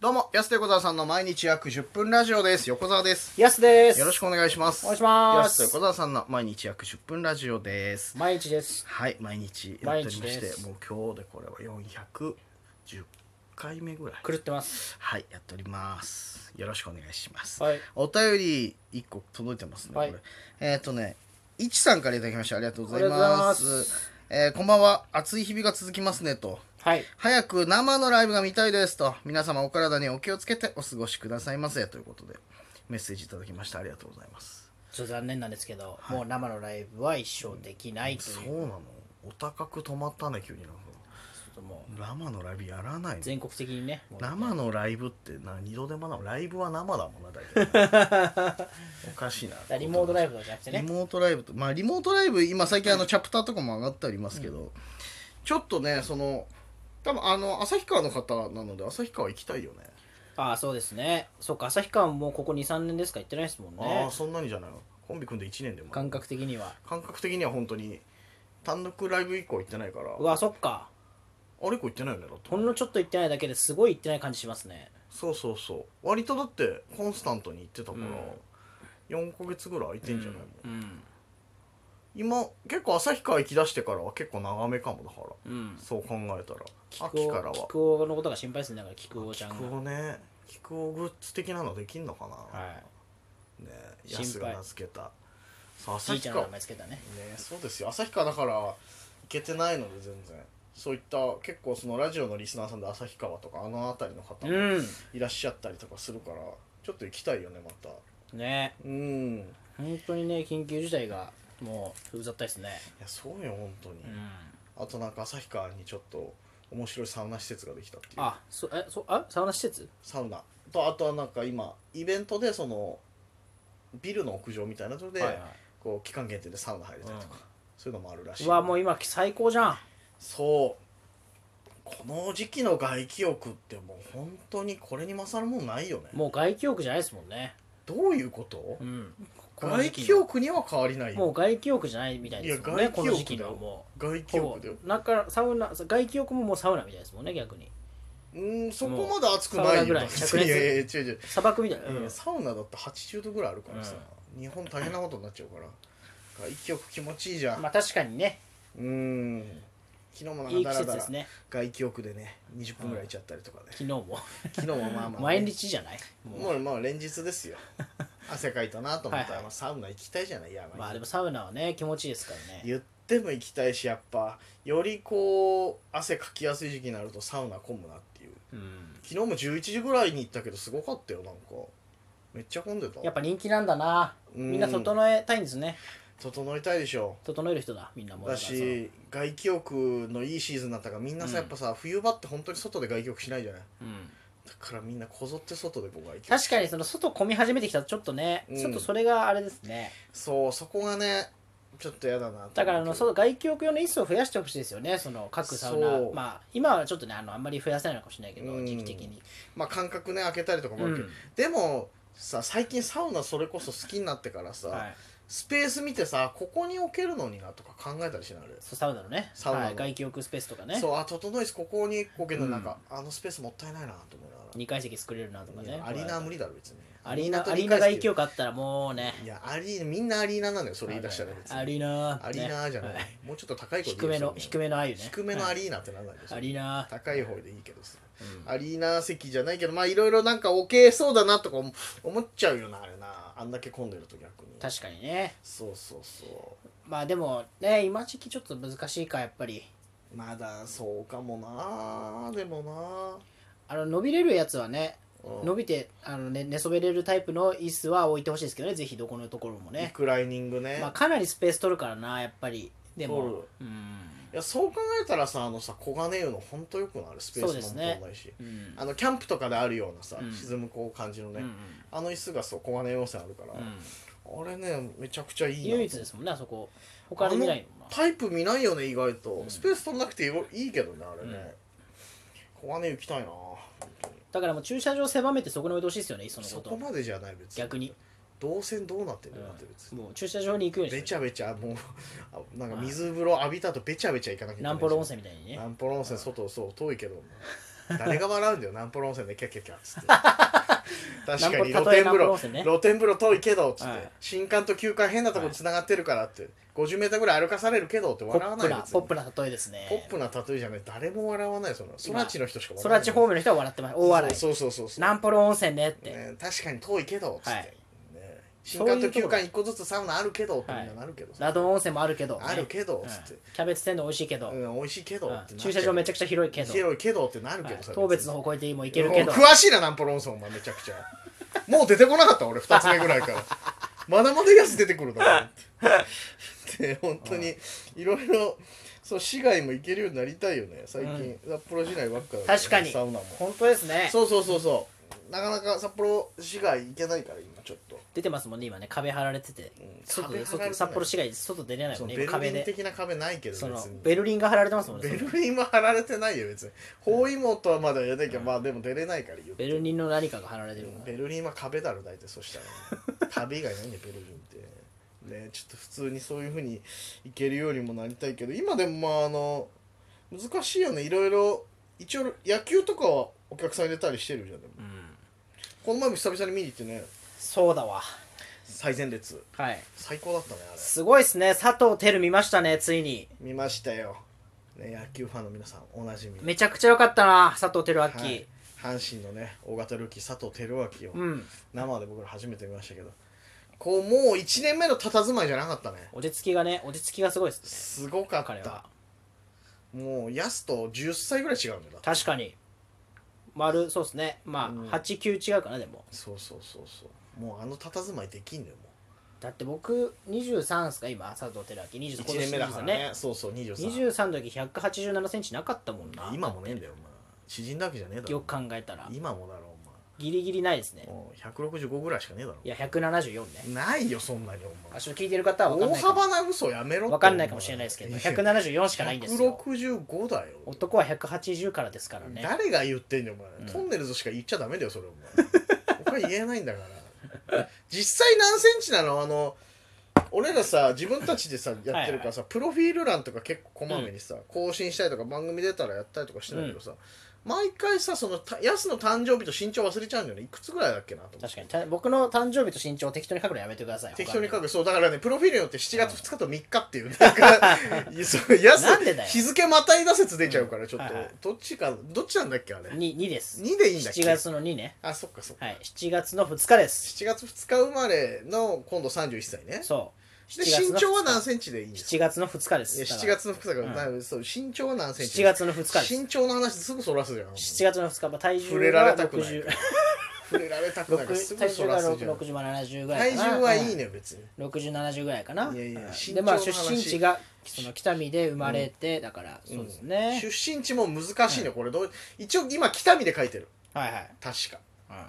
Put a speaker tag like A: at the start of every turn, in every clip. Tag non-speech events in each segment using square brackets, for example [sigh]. A: どうも、安手小沢さんの毎日約10分ラジオです。横澤です。
B: やすです。
A: よろしくお願いします。
B: お願いします
A: 安手小沢さんの毎日約10分ラジオです。
B: 毎日です。
A: はい、毎日やっておりま
B: 毎日
A: し
B: で
A: て、
B: す
A: もう今日でこれは410回目ぐらい。
B: 狂ってます。
A: はい、やっております。よろしくお願いします。
B: はい。
A: お便り1個届いてますね、
B: はい
A: これ。えっ、とね、いちさんからいただきました。ありがとうござい
B: ありがとう
A: ま
B: ご
A: す。
B: ざいます
A: えーこんばんは。暑い日々が続きますね、と。
B: はい。
A: 早く生のライブが見たいですと皆様お体にお気をつけてお過ごしくださいませということでメッセージいただきましたありがとうございます
B: ちょっと残念なんですけど、もう生のライブは一生できないという。
A: そう
B: ちょ
A: なのお高く止まったね急になんか
B: っともう
A: 生のライブやらないの
B: 全国的にね。もう
A: 生のライブって何度でもなのライブは生だもんな大体
B: [laughs]
A: おかしいな
B: だからリモートライ
A: ブ
B: ブとかじゃなくてね
A: リ。モートライブとまあリモートライブ今最近あのチャプターとかも上がってありますけど、ちょっとねその多分あの旭川の方なので旭川行きたいよね
B: ああ、そうですね。そっか、旭川もここ2、3年ですか行ってないですもん
A: あ
B: ね
A: あ。そんなにじゃないのコンビ組んで1年でも
B: 感覚的には。
A: 感覚的には本当に単独ライブ以降行ってないから
B: うわ、そっか。
A: あれ以降行ってないよねだって
B: ほんのちょっと行ってないだけですごい行ってない感じしますね。
A: そうそうそう割とだってコンスタントに行ってたから、4ヶ月ぐらい空いてんじゃないの、
B: うん。
A: 今結構旭川行き出してからは結構長めかもだから、
B: うん。
A: そう考えたら
B: 菊
A: 秋からは
B: 生菊生のことが心配ですね。だから菊生ちゃん
A: 菊
B: が。
A: をね菊をグッズ的なのできんのかな、
B: はい。
A: ね
B: 心配
A: 安が名付けたそう
B: じい
A: 旭
B: ちゃんの
A: 川
B: 名前つけたね。
A: ねそうですよ旭川だから行けてないので全然そういった結構そのラジオのリスナーさんで旭川とかあの辺りの方
B: う
A: も
B: ん。
A: いらっしゃったりとかするからちょっと行きたいよねまた
B: ね
A: うんい
B: 本当にね緊急事態がもう封ざったいですね
A: やそうよ本当に、あとなんか旭川にちょっと面白いサウナ施設ができたっていう
B: あそえそあサウナ施設
A: サウナとあとはなんか今イベントでそのビルの屋上みたいなとこで、
B: はいは
A: こう期間限定でサウナ入れたりとか、
B: うん
A: そういうのもあるらし
B: い
A: いう
B: わもう今最高じゃん
A: そうこの時期の外気浴ってもう本当にこれに勝るもんないよね
B: もう外気浴じゃないですもんね
A: どういうこと
B: うんこの
A: 外
B: 時期
A: 気浴には変わりないよ
B: もう外気浴じゃないみたいですもん
A: い
B: ね
A: や外気
B: こ
A: 浴
B: の時期のも
A: 外
B: う
A: 気浴だよ
B: こうなんかサウナ外気浴ももうサウナみたいですもんね逆に
A: うーんそこまで暑くない
B: サウ
A: よ
B: ナぐらい
A: 別にい
B: 灼熱
A: やいや違う違う、
B: 砂漠みたいな、
A: いやサウナだって80度ぐらいあるからさ、日本大変なことになっちゃうから外気浴気持ちいいじゃん、
B: まあ確かにね
A: うーん昨日もなん
B: いい
A: か
B: 季
A: だら
B: 節
A: だ
B: で
A: ら
B: すね
A: 外気浴でね20分ぐらいいちゃったりとかね、
B: [laughs] 昨日も
A: 昨日もまあまあね、
B: 毎日じゃないも
A: も
B: う
A: うまあ連日です
B: [laughs]
A: よ汗かいたなと思ったら、
B: はいはい
A: まあ、サウナ行きたいじゃないいや、
B: まあでもサウナはね気持ちいいですからね
A: 言っても行きたいしやっぱよりこう汗かきやすい時期になるとサウナ混むなっていう
B: うん
A: 昨日も11時ぐらいに行ったけどすごかったよなんかめっちゃ混んでた
B: やっぱ人気なんだな
A: うん
B: みんな整えたいんですね
A: 整いたいでしょ
B: 整える人だみんなもう
A: だ
B: からその
A: し外気浴のいいシーズンになったからみんなさ、
B: うん
A: やっぱさ冬場って本当に外で外気浴しないじゃない
B: うん
A: だからみんなこぞって外でこう外気浴
B: 確かにその外混み始めてきたらちょっとね、
A: うん
B: ちょっとそれがあれですね
A: そうそこがねちょっと嫌だなと思うけど
B: だからあのその外気浴用の椅子を増やしてほしいですよねその各サウ
A: そう
B: ナまあ今はちょっとねあのあんまり増やせないのかもしれないけど、
A: うん
B: 時期的に、
A: まあ間隔ね開けたりとかもあるけど、でもさ最近サウナそれこそ好きになってからさ、
B: はい、
A: スペース見てさここに置けるのになとか考えたりしないあれ、
B: そうサウナのね
A: サウナの
B: はい、外気浴スペースとかね
A: そうあ整いすここに置けるの
B: うん
A: なんか、あのスペースもったいないなと思いなが、
B: 2階席作れるなとからね
A: いやアリーナは無
B: 理
A: 理だろ別に
B: アリーナ
A: と
B: アリー
A: 二
B: ナ
A: 階
B: 外
A: 席
B: 気浴あったらもうね
A: いやアリーみんなアリーナなんだよそれ言い出したら別に
B: アリーナ
A: アリーナじゃない、
B: ねは
A: もうちょっと高い声で
B: 低めの低
A: め
B: めのあゆね
A: 低めのアリーナってなんないでしょ、
B: アリーナ
A: 高い方でいいけどさ、
B: うん
A: アリーナ席じゃないけどまあいろいろなんか置けそうだなとか思思っちゃうよなあれなあんだけ混んでると逆に
B: 確かにね
A: そうそうそう
B: まあでもね今時期ちょっと難しいかやっぱり
A: まだそうかもなでも
B: あの伸びれるやつはね
A: な、うん
B: 伸びてあの、ね、寝そべれるタイプの椅子は置いてほしいですけどねぜひどこのところも
A: リ
B: ね、
A: クライニングね、
B: まあ、かなりスペース取るからなやっぱりで
A: 取
B: も
A: る
B: うん、
A: いやそう考えたらさあのさ黄金湯のほんとよくないスペー
B: そうで
A: ス
B: す
A: も
B: ね
A: 問題し、
B: うん
A: あのキャンプとかであるようなさ、
B: うん
A: 沈むこう感じのね、
B: うんうん
A: あの椅子がそう黄金湯温泉あるから、
B: うん
A: あれねめちゃくちゃいいな
B: 唯一ですもんねあそこ他で見ないもんな
A: タイプ見ないよね意外と、
B: ん
A: スペース取んなくてよいいけどねあれね、黄金湯行きたいな本当に
B: だからもう駐車場狭めてそこに置いてほしいですよねいっその
A: そ
B: こ
A: ことまでじゃない別に
B: 逆に、
A: 動線どうなってんのよだって別に、
B: うんもう駐車場に行くように
A: べ
B: して
A: ちゃべちゃもうあなんか水風呂浴びた後べちゃべちゃ行かなきゃいけない
B: 南ポロ温泉みたいにね
A: 南ポロ温泉外そう遠いけど誰が笑うんだよナンポロ温泉でキャッキャッキャッつって
B: [laughs] ナン
A: 確
B: ポ
A: かに
B: ロ
A: 露
B: 例え
A: 天
B: ナ
A: 風
B: ンポロ
A: 呂、
B: 温泉ね
A: 露天風呂遠いけどっつって、
B: はい
A: 新館と旧館変なとこつながってるからって、50m ぐらい歩かされるけどって
B: ポ
A: 笑わ
B: ッ
A: ない
B: プ
A: 別
B: な
A: に
B: ポップな例えですね
A: ポップな例えじゃない誰も笑わないその
B: 今
A: 空知の人しか笑わな
B: 空
A: い
B: 地方面の人は笑ってます大笑い
A: そうそうそうそう
B: ナンポロ温泉ねって、
A: ね確かに遠いけどっつって、
B: はい
A: ね新
B: そういう
A: 館
B: とこと
A: 旧館一個ずつサウナあるけどって
B: は
A: み
B: い
A: んななるけど、
B: ラドン温泉もあるけど、ね
A: あるけど
B: うん
A: つって
B: キャベツ天丼美味しいけど、
A: うん、美味しいけど
B: う
A: って
B: ん
A: なっちゃう
B: 駐車場めちゃくちゃ広いけど
A: 広いけどってなるけ
B: はい
A: どさ
B: 当別の方向いても行けるけど
A: もう詳しいなナンポロンソンお前めちゃくちゃもう出てこなかった俺2つ目ぐらい
B: [laughs]
A: からまだまだやつ出てくるだろで本当にいろいろそう市外も行けるようになりたいよね最近、札幌市内ばっかだら
B: 確かに
A: サウナも
B: 本当ですね
A: そうそうそうそうなかなか札幌市外行けないから今ちょっと
B: 出てますもんね今ね壁張られてて、
A: ん
B: 外
A: 壁張られてない
B: 外札幌市街外出れない
A: そ
B: もん
A: のベ
B: ね今
A: ル
B: 壁
A: リン
B: で
A: 的な壁ないけど
B: その
A: 別に
B: ベルリンが張られてますもんね
A: ベ
B: その
A: ルリンは張られてないよ別に包囲網とはまだやだけど、まあでも出れないから言って
B: ベルリンの何かが張られてるから
A: ベルリンは壁だろ大体そしたら壁以外ないんだよベルリンってねちょっと普通にそういうふうに行けるようにもなりたいけど今でもまああの難しいよねいろいろ一応野球とかはお客さん入れたりしてるじゃんでも
B: うん
A: この前も久々に見に行ってね
B: そうだわ
A: 最前列
B: はい
A: 最高だったねあれ
B: すごいっすね佐藤輝見ましたねついに
A: 見ましたよ、ね、野球ファンの皆さんおなじみ
B: めちゃくちゃ良かったな佐藤輝明、
A: はい阪神のね大型ルーキー佐藤輝明を
B: うん
A: 生で僕ら初めて見ましたけどこうもう1年目の佇まいじゃなかったね
B: 落ち着きがね落ち着きがすごいっす
A: すごか
B: ね
A: っ
B: 彼は
A: たもうヤスと10歳ぐらい違うんだよ
B: 確かに丸そうっすねまあ、
A: うん
B: 89違うかなでも
A: そうそうそうそうもうあの佇まいできんのよも
B: だって僕23っすか今佐藤輝明
A: う
B: 23
A: 1年目だからねそうそう23
B: 23の時1 8 7ンチなかったもんな
A: 今もねえんだよお前縮んだわけじゃねえだろ
B: よく考えたら
A: 今もだろ
B: ギリギリないですね
A: お前もう165ぐらいしかねえだろ
B: いや174ね
A: ないよそんなに
B: あ
A: お
B: ちょっと聞いてる方は分かん
A: 前大
B: ないかも
A: 幅な嘘やめろって
B: 分かんないかもしれないですけど174しかないんですよ
A: 165だよ
B: 男は180からですからね
A: 誰が言ってんのお前、
B: うん
A: トンネルズしか言っちゃダメだよそれお前 [laughs] 他言えないんだから実際何センチなのあの俺らさ自分たちでさやってるからさプロフィール欄とか結構こまめにさ、更新したりとか番組出たらやったりとかしてんだけどさ、毎回さそのたやすの誕生日と身長忘れちゃうんだよねいくつぐらいだっけなと思って
B: 確かにた僕の誕生日と身長を適当に書くのやめてください
A: 適当に書
B: く
A: くそうだからねプロフィールによって7月2日と3日っていう、なん
B: [laughs]
A: かそうやす
B: なんでだよ
A: 日付またいだ説出ちゃうからちょっと、
B: はいはい
A: どっちかどっちなんだっけあれ
B: 2, 2です
A: 2でいいんだっけ
B: 7月の2ね
A: あそっかそっか、
B: はい7月の2日です
A: 7月2日生まれの今度31歳ね
B: そう
A: で
B: 7月
A: 身
B: の
A: 長は何センチでいいんですか
B: 7月の2日で
A: い
B: す
A: や7
B: だか
A: 月の2日だから、だいぶそう身長は何セ
B: ら
A: ンチ
B: 7月の2日です
A: 身長の話すぐそらすじゃん
B: 7月の2日まあ体
A: 触
B: 重
A: れら
B: が
A: れたくない
B: 60
A: から触れられたくないからす
B: 6
A: ぐ
B: 体重
A: そ
B: が
A: らすじゃん
B: 60まあ70ぐらい
A: 体
B: かな
A: 重はいい
B: ね
A: ね別に
B: 6070ぐらいかない
A: やいや
B: うん
A: 身長
B: で
A: の
B: まあ
A: 話
B: 出身地がその北見で生まれて、だからそうですね、
A: 出身地も難しいのこれどう一応今北見で書いてる
B: はいはい、
A: 確か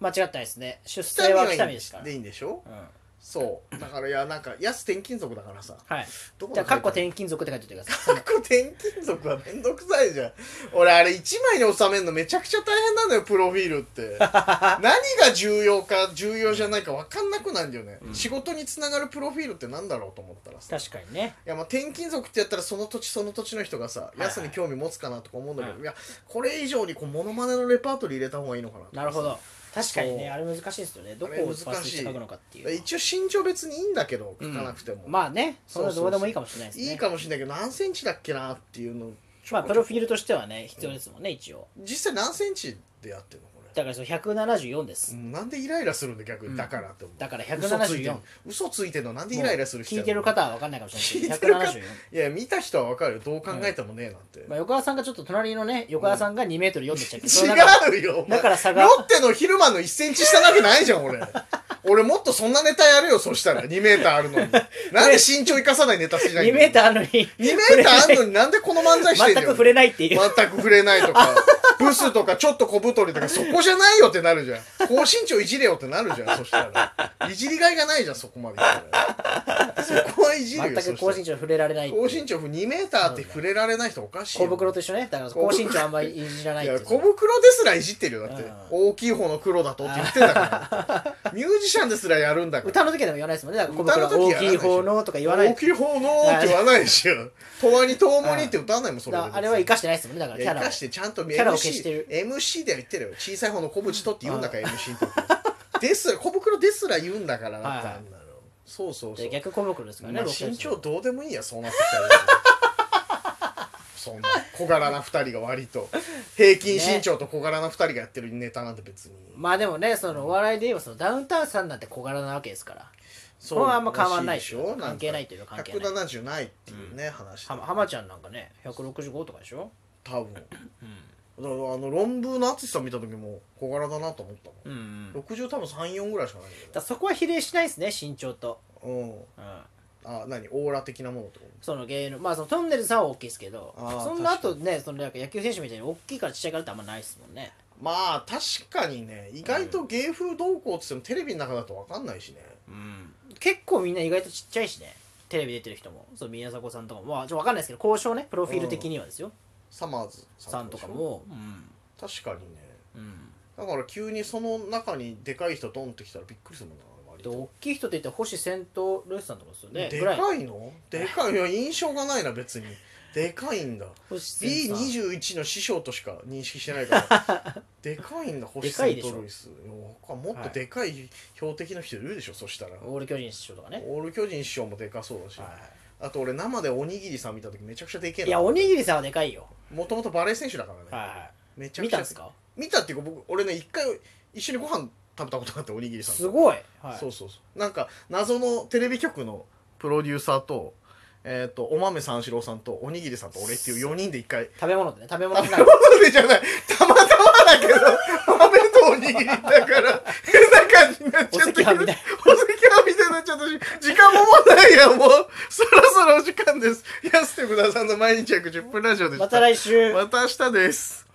B: 間違ってないですね出生は北見ですから
A: でいいんでしょ
B: うん
A: そうだからいやなんか安転勤族だからさ
B: はい
A: どこ
B: じゃあ「かっこ
A: 転
B: 転勤族」って書いておいてくださ
A: 過去転勤族はめんどくさいじゃん俺あれ1枚に収めるのめちゃくちゃ大変なのよプロフィールって
B: [laughs]
A: 何が重要か重要じゃないか分かんなくなんだよね、仕事につながるプロフィールってなんだろうと思ったらさ
B: い確かにね
A: いやまあ転勤族ってやったらその土地その土地の人がさ
B: いはい
A: 安に興味持つかなとか思うんだけど、
B: う
A: いやこれ以上にこうモノマネのレパートリー入れた方がいいのかなとかさ
B: なるほど確かに
A: そ
B: ね
A: う
B: あれ難しいですよねどこ
A: あ
B: を
A: れ
B: スパス
A: 難しい
B: して書くのかっていうのは
A: 一応身長別にいいんだけど書かなくても、
B: まあねそんなどうでもいいかもしれないですね
A: いいかもしれないけど何センチだっけなっていうの
B: まあプロフィールとしてはね必要ですもんね一応
A: 実際何センチでやってるのこれ
B: だからその174です、
A: うんなんでイライラするんだ逆
B: うん
A: にだからって思う、
B: だから
A: 嘘ついて
B: 174
A: る嘘ついてんのなんでイライラする必
B: 聞
A: 要
B: いてる方は分かんないかもしれないけど
A: 聞いて
B: 174
A: いや見た人は分かるよどう考えてもねえなって、
B: まあ、横川さんがちょっと隣のね横川さんが2メートル4でしたけど、その中
A: 違うよお前
B: だから差が
A: ロッテのヒルマンの1センチ下なわけないじゃん
B: [laughs]
A: 俺俺もっとそんなネタやるよそしたら2メーターあるのになんで身長生かさないネタしない
B: [laughs] 2メータ
A: ー
B: ーあるのに2
A: 2メーターあるのになんでこの漫才してん
B: 全
A: だ
B: く
A: よ
B: 触れないっていう、
A: 全く触れないとか [laughs] ブスとかちょっと小太りとかそこじゃないよってなるじゃん高身長いじれよってなるじゃんそしたらいじりがいがないじゃんそこまで行ったらそこはいじるよ
B: 全く高身
A: 長
B: 長触れられないっていう
A: 高身長2メーターって触れられない人おかしい
B: 小
A: よ
B: 袋と一緒ねだから高身長あんまりいじらない
A: い
B: ってい
A: や
B: う
A: 小袋ですらいじってるよだって
B: うん [laughs]
A: 大きい方の黒だとって言ってたからミュージシャンですらやるんだから
B: 歌の時はでも言わないですもんねだからコブ
A: 歌の
B: クロ
A: 時はやらないで
B: 大き
A: し
B: い
A: ょ
B: 方のとか言わない
A: 大きい方のって言わないで
B: [laughs]
A: しょ「とわにともに」って歌わないもんそれ
B: だ
A: で
B: からあれは生かしてないですもんねだから
A: い
B: キ
A: や
B: ャ
A: 生
B: ラを
A: かしてちゃんと
B: キャラを消して
A: MC,
B: る
A: MC では言ってるよ小さい方の小渕とって言うんだから MC とですら小袋ですら言うんだから
B: はいはい
A: あんなのそうそうそう
B: で逆コブクロですから
A: ま
B: ね、
A: あ
B: 僕たち
A: 身長どうでもいいやそうなってきたらそんな小柄な2人が割と平均身長と小柄な2人がやってるネタなんて別に、
B: まあでもねそのお笑いで言えばそのダウンタウンさんなんて小柄なわけですから
A: そ
B: これはあんま変わんないでし
A: ら
B: ょ
A: い
B: 関係ないというか関係ない
A: 170ないっていうね、話
B: はま浜ちゃんなんかね165とかでしょ
A: 多分、だからあの論文の淳さん見た時も小柄だなと思ったもん、
B: うん、だか
A: 60多分34ぐらいしかないんだよね
B: らそこは比例しないですね身長と、
A: うん
B: うん、
A: あ何オーラ的なものってこ
B: その芸能まあそのトンネルズさんは大きいですけど
A: あー
B: そんな後ねそのなんか野球選手みたいに大きいからちっちゃいからってあんまないですもんね
A: とまあ確かにね意外と芸風動向っつってもテレビの中だと分かんないしね
B: 結構みんな意外とちっちゃいしねテレビ出てる人もそう宮迫さんとかもまあちょっとわかんないですけど交渉ねプロフィール的にはですよ、
A: サマーズ
B: さんとかもうん、
A: 確かにねだから急にその中にでかい人ドンってきたらびっくりするもんな割と
B: で大きい人って言って星仙とルースさんとかですよね
A: で
B: ぐらい
A: かいのでかいいや印象がないな別にでかいん
B: [laughs]
A: だ
B: 星仙さん
A: B21 の師匠としか認識してないから
B: [laughs]
A: でかいんだ星さん
B: でかいで
A: と
B: しょ
A: ルイスいやわかんもっとでかい標的の人いるでしょそしたら
B: オール巨人師匠とかね
A: オール巨人師匠もでかそうだし、
B: は
A: あと俺生でおにぎりさん見た時めちゃくちゃでけえ
B: いやおにぎりさんはでかいよ
A: もともとバレー選手だからね、
B: は
A: めちゃく
B: 見
A: ちゃ
B: たんですか
A: 見たっていうか僕俺ね一回一緒にご飯食べたことがあっておにぎりさんと
B: すごい、はい、
A: そうそうそうなんか謎のテレビ局のプロデューサーと,、えー、とお豆三四郎さんとおにぎりさんと俺っていう4人で一回
B: 食べ物ってね [laughs] 食べ物
A: 食べ
B: になる
A: 物でじゃないたまたまだけど豆とおにぎりだから変な感じになっちゃって
B: お赤飯みたい
A: お赤飯みたいになっちゃったし時間ももうないやもうそろそろお時間です安手くださんの毎日約10分ラジオでした
B: また来週
A: また明日です